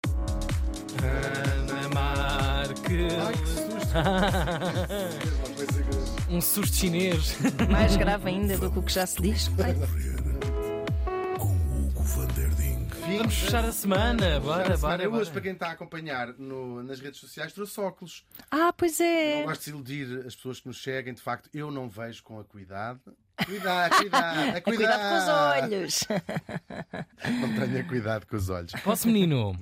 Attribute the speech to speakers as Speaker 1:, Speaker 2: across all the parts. Speaker 1: Mesma coisa que-
Speaker 2: um susto chinês.
Speaker 3: Mais grave ainda do que o que já se diz. Ai,
Speaker 4: Com Hugo Van Der Ding.
Speaker 2: Vamos fechar a semana. Bora,
Speaker 1: Cara, semana,
Speaker 2: bora.
Speaker 1: eu hoje,
Speaker 2: bora.
Speaker 1: para quem está a acompanhar no- nas redes sociais, trouxe óculos.
Speaker 3: Ah, pois
Speaker 1: Não
Speaker 3: é.
Speaker 1: gosto de iludir as pessoas que nos seguem, de facto, eu não vejo com acuidade. Cuidado, cuidado,
Speaker 2: É
Speaker 1: acuidado.
Speaker 3: Cuidado É com os olhos.
Speaker 1: Não tenha cuidado com os olhos.
Speaker 2: Posso, menino?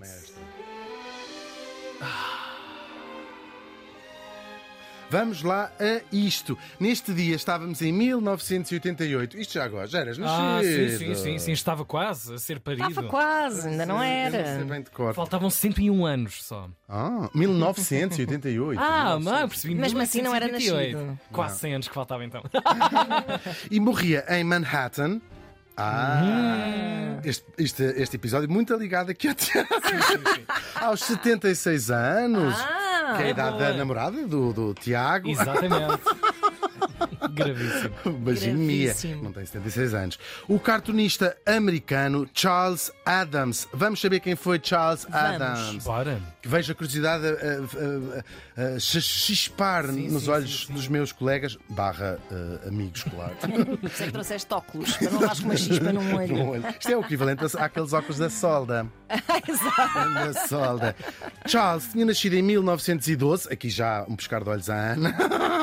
Speaker 1: Vamos lá a isto. Neste dia estávamos em 1988. Isto já agora, já eras
Speaker 2: Ah, sim,
Speaker 1: nascido.
Speaker 2: sim, sim, sim. Estava quase a ser parido.
Speaker 3: Estava quase, ainda não
Speaker 1: Sim, eu Não sei
Speaker 3: era.
Speaker 1: bem de cor.
Speaker 2: Faltavam 101 anos só.
Speaker 1: Ah, 1988.
Speaker 2: Ah, mas percebi.
Speaker 3: Mesmo assim não era
Speaker 2: 1988.
Speaker 3: nascido.
Speaker 2: Quase 100 anos que faltava então.
Speaker 1: E morria em Manhattan.
Speaker 2: Hum.
Speaker 1: Ah, este, este, este episódio muito ligado aqui ao teatro. aos 76 anos. que é a
Speaker 3: Ah,
Speaker 1: idade
Speaker 2: boa.
Speaker 1: da namorada do, do Tiago.
Speaker 2: Exatamente. Gravíssimo.
Speaker 1: Beijinho Mia.
Speaker 3: Gravíssimo.
Speaker 1: Não tem 76 anos. O cartunista americano Charles Adams. Vamos saber quem foi Charles Adams.
Speaker 2: Bora.
Speaker 1: Vejo a curiosidade a, a- a- a se chispar nos
Speaker 2: sim,
Speaker 1: olhos
Speaker 2: sim, sim.
Speaker 1: dos meus colegas, barra eh, amigos, claro.
Speaker 3: sei é que trouxeste óculos, para não vais com uma chispa num olho.
Speaker 1: No olho. Isto é o equivalente a- àqueles óculos da solda. da solda. Charles tinha nascido em 1912, aqui já um pescar de olhos à Ana.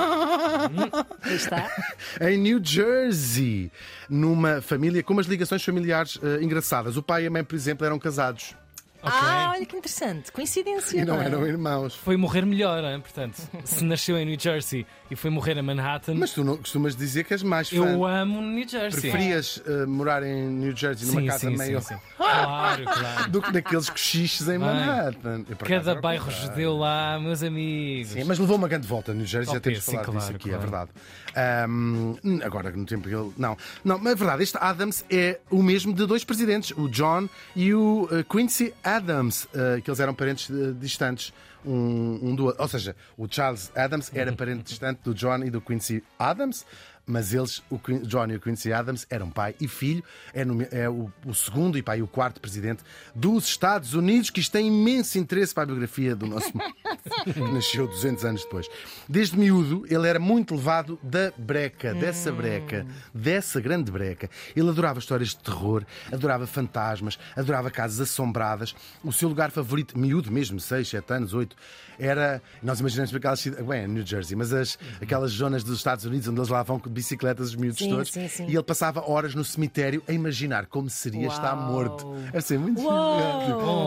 Speaker 3: Uhum. Aí está.
Speaker 1: em New Jersey, numa família com umas ligações familiares eh, engraçadas. O pai e a mãe, por exemplo, eram casados
Speaker 3: Ah, olha que interessante. Coincidência.
Speaker 1: e não
Speaker 3: é?
Speaker 1: eram irmãos.
Speaker 2: Foi morrer melhor, hein? portanto. Se nasceu em New Jersey e foi morrer a Manhattan,
Speaker 1: Mas tu não costumas dizer que és mais fã.
Speaker 2: eu amo New Jersey.
Speaker 1: Preferias eh, morar em New Jersey numa
Speaker 2: sim,
Speaker 1: casa
Speaker 2: sim,
Speaker 1: meio
Speaker 2: sim, sim. Claro, claro.
Speaker 1: do que naqueles cochiches em Manhattan. Eu, por acaso, é
Speaker 2: Cada
Speaker 1: era o
Speaker 2: bairro
Speaker 1: contrário.
Speaker 2: judeu lá, meus amigos.
Speaker 1: Sim, mas levou uma grande volta no Jerez, já
Speaker 2: Ao
Speaker 1: temos
Speaker 2: pé,
Speaker 1: falado
Speaker 2: sim,
Speaker 1: disso
Speaker 2: claro,
Speaker 1: aqui, é
Speaker 2: claro.
Speaker 1: verdade. Ahm, agora, no tempo que ele. Não, não, mas é verdade, este Adams é o mesmo de dois presidentes, o John e o eh, Quincy Adams, eh, que eles eram parentes eh, distantes. Um, um do outro. Ou seja, o Charles Adams era parente distante do John e do Quincy Adams, mas eles, o Quin- John e o Quincy Adams, eram pai e filho. É, nome- é o, o segundo e pai, o quarto presidente dos Estados Unidos, que isto tem imenso interesse para a biografia do nosso que nasceu 200 anos depois. Desde miúdo, ele era muito levado da breca, dessa breca, dessa grande breca. Ele adorava histórias de terror, adorava fantasmas, adorava casas assombradas. O seu lugar favorito, miúdo mesmo, 6, 7 anos, 8, era. Nós imaginamos aquelas. cida- Bem, é New Jersey, mas as, aquelas zonas dos Estados Unidos onde eles lá vão com bicicletas, os miúdos
Speaker 3: Sim,
Speaker 1: todos.
Speaker 3: sim, sim.
Speaker 1: E ele passava horas no cemitério a imaginar como seria estar
Speaker 3: Uau.
Speaker 1: morto. Era assim, muito
Speaker 3: Uau.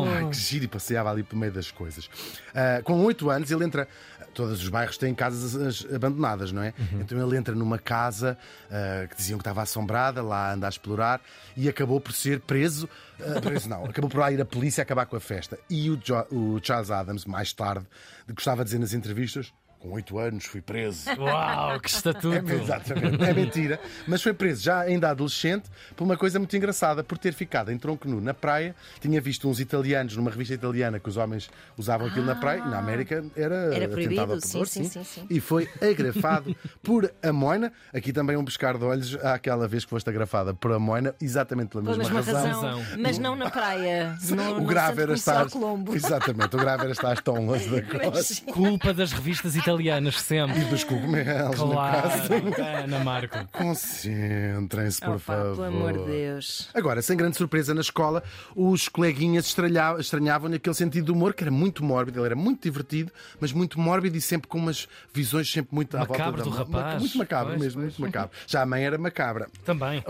Speaker 1: Tipo, Ai, que giro, e passeava ali pelo meio das coisas. Ah, com oito anos, ele entra. Todos os bairros têm casas as- abandonadas, não é? Então ele entra numa casa ah, que diziam que estava assombrada, lá anda a explorar, e acabou por ser preso. ah, preso não, acabou por lá ir a polícia acabar com a festa. E o, Jo- o Charles Adams, mais tarde, gostava de dizer nas entrevistas: com oito anos fui preso.
Speaker 2: Uau, que estatuto.
Speaker 1: É, exatamente, é mentira. Mas foi preso já ainda adolescente por uma coisa muito engraçada, por ter ficado em tronco nu na praia. Tinha visto uns italianos numa revista italiana que os homens usavam aquilo na praia. Na América era, atentado
Speaker 3: Ah. proibido,
Speaker 1: ao
Speaker 3: sim,
Speaker 1: pudor,
Speaker 3: sim, sim, sim.
Speaker 1: E foi agrafado por a Moina. Aqui também um pescar de olhos àquela vez que foste agrafada por a Moina, exatamente pela
Speaker 3: Pela
Speaker 1: mesma,
Speaker 3: mesma razão,
Speaker 2: razão.
Speaker 3: mas não na praia. No,
Speaker 1: o
Speaker 3: no
Speaker 1: grave
Speaker 3: Santo
Speaker 1: era
Speaker 3: Comissão
Speaker 1: estar.
Speaker 3: Colombo.
Speaker 1: Exatamente, o grave era estar tão longe da costa.
Speaker 3: Mas,
Speaker 2: Culpa das revistas italianas sempre.
Speaker 1: E dos cogumelos, no caso.
Speaker 2: Claro, Ana Marco.
Speaker 1: Concentrem-se, por
Speaker 3: opa,
Speaker 1: favor.
Speaker 3: pelo amor de Deus.
Speaker 1: Agora, sem grande surpresa na escola, os coleguinhas estralha- estranhavam naquele sentido de humor que era muito mórbido, ele era muito divertido, mas muito mórbido e sempre com umas visões sempre muito à volta
Speaker 2: Macabro
Speaker 1: da
Speaker 2: do
Speaker 1: ma-
Speaker 2: rapaz.
Speaker 1: ma- Muito macabro
Speaker 2: Pois,
Speaker 1: mesmo, muito macabro. Já a mãe era macabra.
Speaker 2: Também.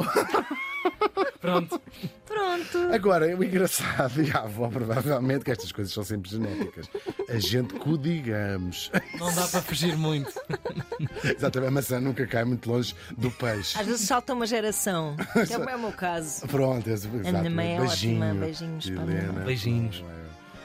Speaker 2: Pronto.
Speaker 3: Pronto.
Speaker 1: Agora, o engraçado, e a avó provavelmente, que estas coisas são sempre genéticas. A gente que o digamos.
Speaker 2: Não dá para fugir muito.
Speaker 1: Exatamente, a maçã nunca cai muito longe do peixe.
Speaker 3: Às vezes salta uma geração, que é o é o meu caso.
Speaker 1: Pronto, é exatamente.
Speaker 3: mãe é
Speaker 1: Beijinho.
Speaker 3: ótima, beijinhos para a minha
Speaker 1: Helena. é.
Speaker 3: mãe.
Speaker 2: Beijinhos.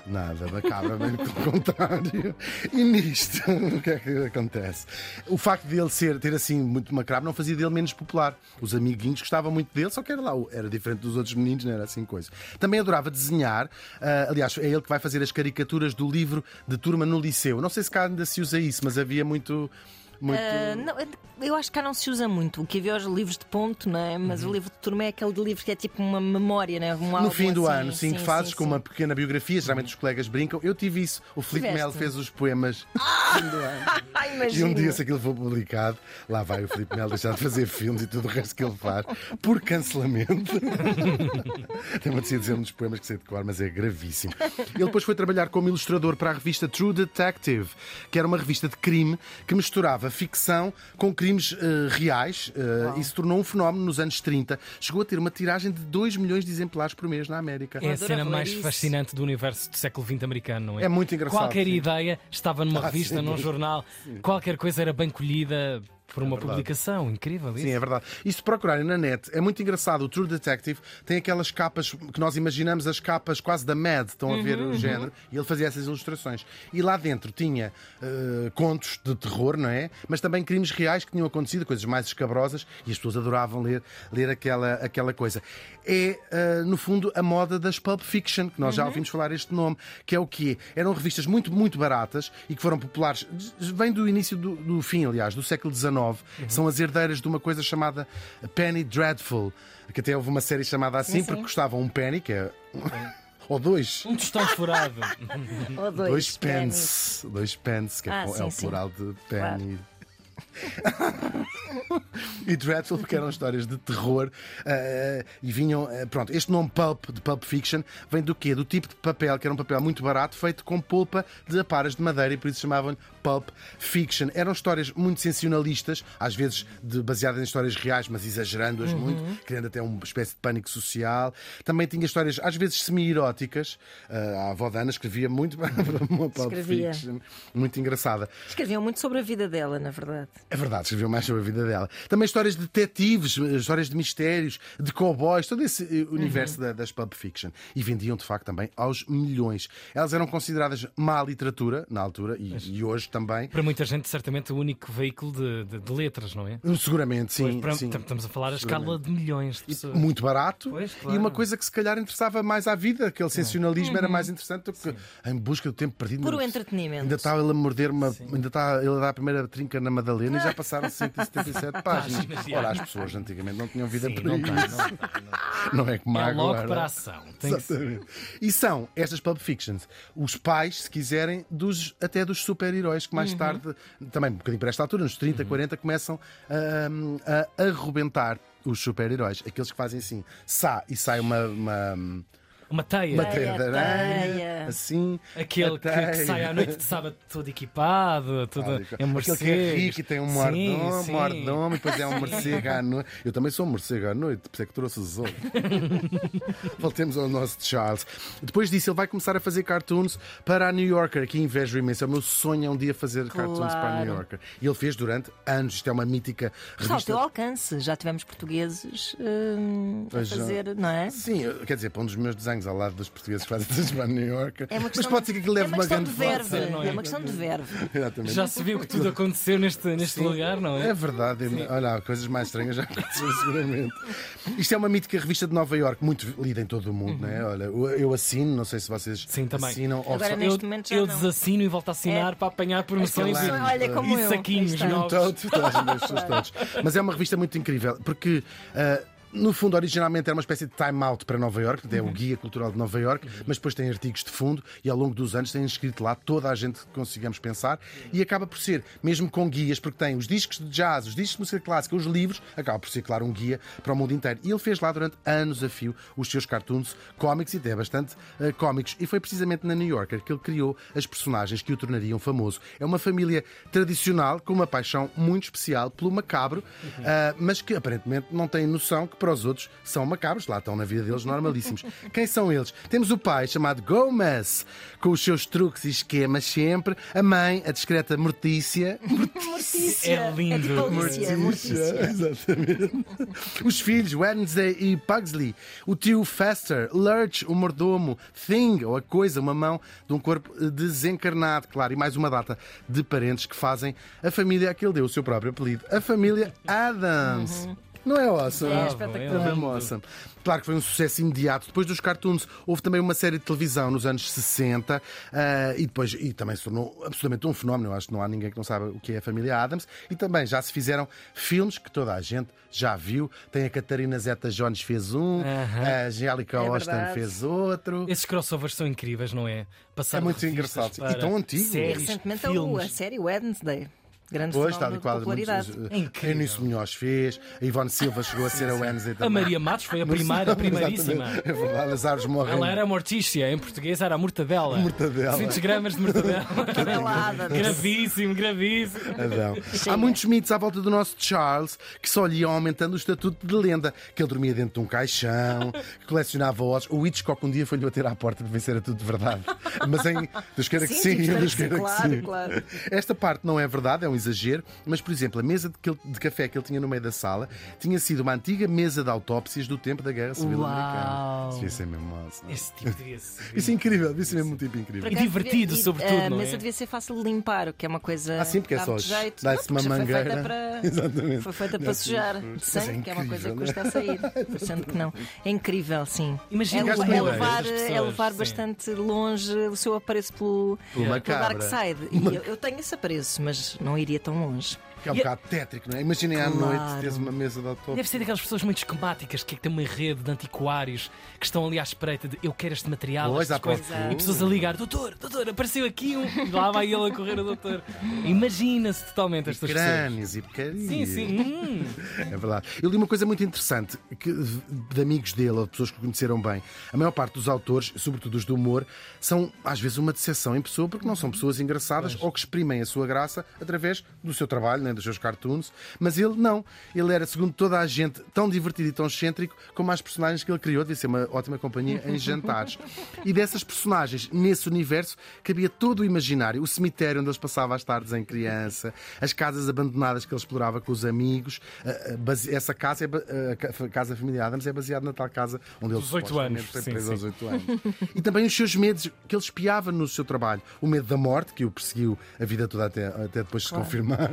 Speaker 1: Nada, macabra, bem pelo contrário. E nisto, o que é que acontece? O facto de ele ser, ter assim muito macabro não fazia dele menos popular. Os amiguinhos gostavam muito dele, só que era lá, o- era diferente dos outros meninos, não era assim coisa. Também adorava desenhar, ah, aliás, é ele que vai fazer as caricaturas do livro de turma no liceu. Não sei se cá ainda se usa isso, mas havia muito. Muito.
Speaker 3: Ah, não, eu acho que cá não se usa muito. O que havia os livros de ponto, não é? Mas o livro de turma é aquele de livro que é tipo uma memória, não é? Um álbum
Speaker 1: Uhum. No fim do
Speaker 3: assim,
Speaker 1: ano, sim, que fazes com uma pequena biografia, geralmente os colegas brincam. Eu tive isso. O Filipe
Speaker 3: Tiveste?
Speaker 1: Melo fez os poemas
Speaker 3: Ai,
Speaker 1: e
Speaker 3: imagina.
Speaker 1: um dia, se aquilo for publicado, lá vai o Filipe Melo deixar de fazer filmes e tudo o resto que ele faz por cancelamento. Tem uma de dizer um dos poemas que sei de cor, mas é gravíssimo. Ele depois foi trabalhar como ilustrador para a revista True Detective, que era uma revista de crime que misturava ficção com crimes eh, reais eh, e se tornou um fenómeno nos anos 30. Chegou a ter uma tiragem de 2 milhões de exemplares por mês na América.
Speaker 2: É a
Speaker 3: adoro
Speaker 2: cena
Speaker 3: ler
Speaker 2: mais
Speaker 3: isso.
Speaker 2: fascinante do universo do século XX americano, não é?
Speaker 1: É muito engraçado,
Speaker 2: Qualquer
Speaker 1: sim.
Speaker 2: ideia estava numa revista, num jornal, qualquer coisa era bem colhida por uma publicação. Incrível isso.
Speaker 1: É Sim, é verdade. E se procurarem na net, é muito engraçado. O True Detective tem aquelas capas que nós imaginamos, as capas quase da Mad, estão a ver o género, e ele fazia essas ilustrações. E lá dentro tinha eh, contos de terror, não é? Mas também crimes reais que tinham acontecido, coisas mais escabrosas, e as pessoas adoravam ler, ler aquela, aquela coisa. É, eh, no fundo, a moda das Pulp Fiction, que
Speaker 3: Uhum.
Speaker 1: nós já ouvimos falar este nome, que é o quê? Eram revistas muito, muito baratas e que foram populares. Vem do início do, do fim, aliás, do século XIX.
Speaker 3: Uhum.
Speaker 1: São as herdeiras de uma coisa chamada Penny Dreadful, que até houve uma série
Speaker 3: É
Speaker 1: chamada assim, porque custava um penny, que é. Ou dois.
Speaker 2: Um tostão furado.
Speaker 3: Ou dois,
Speaker 1: Dois
Speaker 3: pennies.
Speaker 1: pence. Dois pence, que é,
Speaker 3: Ah,
Speaker 1: com- é
Speaker 3: sim,
Speaker 1: o
Speaker 3: sim.
Speaker 1: plural de penny. e Dreadful, porque eram histórias de terror ah, e vinham. ah, pronto, este nome Pulp, de Pulp Fiction, vem do quê? Do tipo de papel, que era um papel muito barato, feito com polpa de aparas de madeira e por isso chamavam-lhe Pulp Fiction. Eram histórias muito sensacionalistas, às vezes de- baseadas em histórias reais, mas exagerando-as muito, criando até uma espécie de pânico social. Também tinha histórias, às vezes, semi-eróticas. Ah, a avó da Ana escrevia muito para uma Pulp
Speaker 3: Escrevia.
Speaker 1: Fiction, muito engraçada.
Speaker 3: Escreviam muito sobre a vida dela, na verdade.
Speaker 1: É verdade, escreveu mais sobre a vida dela. Também histórias de detetives, eh, histórias de mistérios, de cowboys, todo esse eh, universo
Speaker 2: Uhum.
Speaker 1: da- das pulp fiction. E vendiam, de facto, também aos milhões. Elas eram consideradas má literatura na altura e, e hoje também.
Speaker 2: Para muita gente, certamente, o único veículo de, de- de letras, não é?
Speaker 1: Um, Seguramente, sim.
Speaker 2: Para-
Speaker 1: sim.
Speaker 2: tam- Estamos a falar a escala de milhões de pessoas.
Speaker 1: Muito barato
Speaker 2: Pois, claro. Uhum.
Speaker 1: e uma coisa que se calhar interessava mais à vida, aquele sensacionalismo era mais interessante do que em busca do tempo perdido.
Speaker 3: Puro entretenimento.
Speaker 1: Ainda está ele a morder uma. Ainda está ele a dar a primeira trinca na Madalena e já passaram 177 páginas.
Speaker 2: Páginas, já.
Speaker 1: Ora, as pessoas antigamente não tinham vida
Speaker 2: Sim,
Speaker 1: para
Speaker 2: não
Speaker 1: isso.
Speaker 2: tem, não tem.
Speaker 1: Não é como
Speaker 2: É logo
Speaker 1: agora.
Speaker 2: para a ação. Tem que ser.
Speaker 1: Exatamente. E são estas Pulp Fictions, os pais, se quiserem, dos, até dos super-heróis que mais
Speaker 2: Uhum.
Speaker 1: tarde, também um bocadinho para esta altura, nos 30, 40, começam hum, a arrebentar os super-heróis. Aqueles que fazem assim, sa e sai uma. uma
Speaker 2: Uma teia.
Speaker 1: uma teia de
Speaker 3: teia.
Speaker 1: aranha, assim.
Speaker 2: Aquele
Speaker 1: a
Speaker 2: que,
Speaker 1: teia.
Speaker 2: que sai à noite de sábado todo equipado, todo
Speaker 1: Aquele que é rico e tem um mordomo, mordomo, e depois é um morcego à noite. Eu também sou um morcego à noite, por isso é que trouxe os outros. Voltemos ao nosso Charles. Depois disso, ele vai começar a fazer cartoons para a New Yorker, que invejo imenso. É o meu sonho é um dia fazer cartoons para a New
Speaker 3: Claro.
Speaker 1: Yorker. E ele fez durante anos. Isto é uma mítica
Speaker 3: Está ao
Speaker 1: revista.
Speaker 3: teu alcance. Já tivemos portugueses hum, a
Speaker 1: Pois já.
Speaker 3: fazer, não é?
Speaker 1: Sim, eu- quer dizer, para um dos meus desenhos ao lado dos portugueses que fazem desenhos para a New Yorker.
Speaker 3: É uma
Speaker 1: Mas
Speaker 3: questão
Speaker 1: pode ser que aquilo
Speaker 3: de-
Speaker 1: leve
Speaker 3: é uma
Speaker 1: uma
Speaker 3: questão
Speaker 1: grande
Speaker 3: de
Speaker 1: volta.
Speaker 3: verve.
Speaker 2: não é?
Speaker 3: é? uma questão de verve.
Speaker 1: Exatamente.
Speaker 2: Já se viu que tudo aconteceu neste, neste lugar, não é?
Speaker 1: É verdade. Olha, coisas mais estranhas já aconteceram seguramente. Isto é uma mítica revista de Nova York, muito lida em todo o mundo, não é? Olha, eu eu assino, não sei se vocês
Speaker 2: Uhum. Sim, também.
Speaker 1: assinam. ou
Speaker 3: Agora
Speaker 1: só-
Speaker 3: neste momento já
Speaker 2: eu
Speaker 3: não. É.
Speaker 2: desassino e volto a assinar para apanhar promoção e,
Speaker 1: As promoções,
Speaker 3: Olha como
Speaker 2: e
Speaker 3: eu.
Speaker 2: saquinhos
Speaker 3: Aí
Speaker 1: é?
Speaker 3: está.
Speaker 2: novos.
Speaker 1: Todos, todas as pessoas, todos. Mas é uma revista muito incrível, porque. ah, no fundo, originalmente era uma espécie de time-out para Nova York, é o Guia Cultural de Nova York, mas depois tem artigos de fundo e ao longo dos anos tem escrito lá toda a gente que consigamos pensar e acaba por ser, mesmo com guias, porque tem os discos de jazz, os discos de música clássica, os livros, acaba por ser, claro, um guia para o mundo inteiro. E ele fez lá durante anos a fio os seus cartoons cómicos e até bastante eh, cómicos. E foi precisamente na New Yorker que ele criou as personagens que o tornariam famoso. É uma família tradicional com uma paixão muito especial pelo macabro, ah, mas que aparentemente não têm noção que para os outros são macabros, lá estão na vida deles normalíssimos. Quem são eles? Temos o pai chamado Gomez, com os seus truques e esquemas sempre, a mãe, a discreta Mortícia,
Speaker 3: Mortícia.
Speaker 2: É lindo.
Speaker 3: É tipo
Speaker 1: Mortícia,
Speaker 3: Alicia, Mortícia.
Speaker 1: É, Exatamente. Os filhos, Wednesday e Pugsley. O tio Fester, Lurch, o mordomo. Thing, ou a coisa, uma mão de um corpo desencarnado, claro. E mais uma data de parentes que fazem a família a que ele deu o seu próprio apelido. A família Adams. Não é awesome?
Speaker 3: É
Speaker 1: Não.
Speaker 3: espetacular.
Speaker 1: É mesmo awesome. Claro que foi um sucesso imediato. Depois dos cartoons, houve também uma série de televisão nos anos 60 ah, e depois e também se tornou absolutamente um fenómeno. Eu acho que não há ninguém que não saiba o que é a família Adams. E também já se fizeram filmes que toda a gente já viu. Tem a Catarina Zeta Jones fez um, a Angélica
Speaker 3: É
Speaker 1: Austin
Speaker 3: verdade.
Speaker 1: fez outro.
Speaker 2: Esses crossovers são incríveis, não é? Passar
Speaker 1: É
Speaker 2: de
Speaker 1: muito
Speaker 2: revistas
Speaker 1: engraçado.
Speaker 2: para
Speaker 1: E tão antigo.
Speaker 3: E
Speaker 2: séries,
Speaker 3: recentemente a, a
Speaker 2: filmes.
Speaker 3: série Wednesday. Grande
Speaker 1: Pois, tal
Speaker 3: fenómeno
Speaker 1: e
Speaker 3: de
Speaker 1: qual.
Speaker 3: popularidade.
Speaker 1: muitos-
Speaker 2: É incrível.
Speaker 1: A Eunice Munhoz fez, a Ivone Silva chegou a ser a Wednesday
Speaker 2: A
Speaker 1: também.
Speaker 2: Maria Matos foi a primeira, a primeiríssima.
Speaker 1: Exatamente. É verdade, as árvores morrem.
Speaker 2: Ela era mortícia, em português era a mortadela.
Speaker 1: Mortadela.
Speaker 2: 200 gramas de mortadela.
Speaker 3: Mortadela.
Speaker 2: gravíssimo, gravíssimo.
Speaker 1: Adão. Há muitos mitos à volta do nosso Charles que só lhe iam aumentando o estatuto de lenda. Que ele dormia dentro de um caixão, que colecionava ossos. O Hitchcock um dia foi-lhe bater à porta para ver se era tudo de verdade. Mas em. Deus queira que sim,
Speaker 3: Sim, Deus queira
Speaker 1: Deus
Speaker 3: que sim,
Speaker 1: queira que
Speaker 3: claro,
Speaker 1: sim.
Speaker 3: claro.
Speaker 1: Esta parte não é verdade, é um exagero, mas, por exemplo, a mesa de, que ele- de café que ele tinha no meio da sala tinha sido uma antiga mesa de autópsias do tempo da Guerra Civil
Speaker 2: Uau.
Speaker 1: Americana. Isso ia ser mesmo awesome.
Speaker 2: Esse tipo devia ser.
Speaker 1: Isso é incrível, isso é mesmo um tipo incrível.
Speaker 2: E divertido,
Speaker 3: E,
Speaker 2: sobretudo,
Speaker 3: A
Speaker 2: não é?
Speaker 3: mesa devia ser fácil de limpar, o que é uma coisa.
Speaker 1: Ah, sim, porque é
Speaker 3: dá
Speaker 1: só
Speaker 3: muito jeito.
Speaker 1: dá-se
Speaker 3: Não,
Speaker 1: uma
Speaker 3: porque já Foi feita
Speaker 1: mangueira.
Speaker 3: para,
Speaker 1: Exatamente.
Speaker 3: foi feita para
Speaker 1: Dá-se
Speaker 3: sujar
Speaker 1: um-
Speaker 3: de sangue,
Speaker 1: Mas é
Speaker 3: que é uma coisa que
Speaker 1: incrível,
Speaker 3: custa a sair. Sendo que não. É incrível, sim.
Speaker 2: Imagina
Speaker 3: é,
Speaker 1: o
Speaker 3: le-
Speaker 1: humor
Speaker 3: é levar,
Speaker 2: das
Speaker 3: é
Speaker 2: pessoas,
Speaker 3: levar
Speaker 2: sim.
Speaker 3: bastante longe o seu apreço pelo,
Speaker 1: Pelo
Speaker 2: Yeah.
Speaker 3: pelo
Speaker 1: macabro.
Speaker 3: Dark Side. E eu, eu tenho esse apreço, mas não iria tão longe.
Speaker 1: Que é um
Speaker 2: E-
Speaker 1: bocado tétrico, não é? Imaginem à
Speaker 3: Claro.
Speaker 1: noite teres uma mesa de autópsia.
Speaker 2: Deve ser daquelas pessoas muito esquemáticas que é que tem uma rede de antiquários que estão ali à espreita de eu quero este material.
Speaker 1: Pois,
Speaker 2: estas
Speaker 1: à procura.
Speaker 2: coisas. E pessoas a ligar, doutor, doutor, apareceu aqui um. E Lá vai ele a correr o doutor. Imagina-se totalmente estas pessoas.
Speaker 1: Crânios e porcaria.
Speaker 2: Sim, sim. Hum.
Speaker 1: É verdade. Eu li uma coisa muito interessante que, de amigos dele ou de pessoas que o conheceram bem. A maior parte dos autores, sobretudo os do humor, são às vezes uma decepção em pessoa porque não são pessoas engraçadas ou que exprimem a sua graça através do seu trabalho, né, dos seus cartoons. Mas ele não. Ele era, segundo toda a gente, tão divertido e tão excêntrico como as personagens que ele criou. Devia ser uma ótima companhia em jantares. E dessas personagens, nesse universo, cabia todo o imaginário. O cemitério onde eles passavam as tardes em criança, as casas abandonadas que ele explorava com os amigos. A- a base- Essa casa, é ba- a ca- a casa familiar Adams é baseada na tal casa onde ele
Speaker 2: Dos oito
Speaker 1: supostamente
Speaker 2: anos,
Speaker 1: foi
Speaker 2: sim,
Speaker 1: preso
Speaker 2: sim.
Speaker 1: aos oito anos. E também os seus medos que ele espiava no seu trabalho. O medo da morte, que o perseguiu a vida toda até, até depois se confirmar.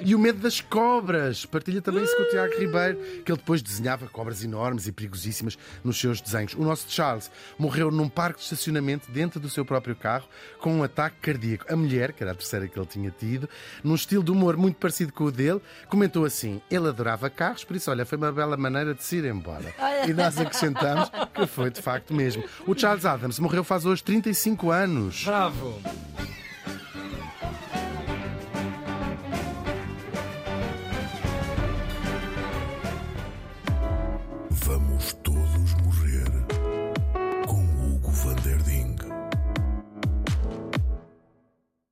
Speaker 1: E o medo das cobras. Partilha também isso com o Tiago Ribeiro, que ele depois desenhava cobras enormes e perigosíssimas nos seus desenhos. O nosso Charles morreu num parque de estacionamento dentro do seu próprio carro com um ataque cardíaco. A mulher, que era a terceira que ele tinha tido, num estilo de humor muito parecido com o dele, comentou assim: ele adorava carros, por isso, olha, foi uma bela maneira de se ir embora. E nós acrescentamos que foi de facto mesmo. O Charles Adams morreu faz hoje 35 anos.
Speaker 2: Bravo.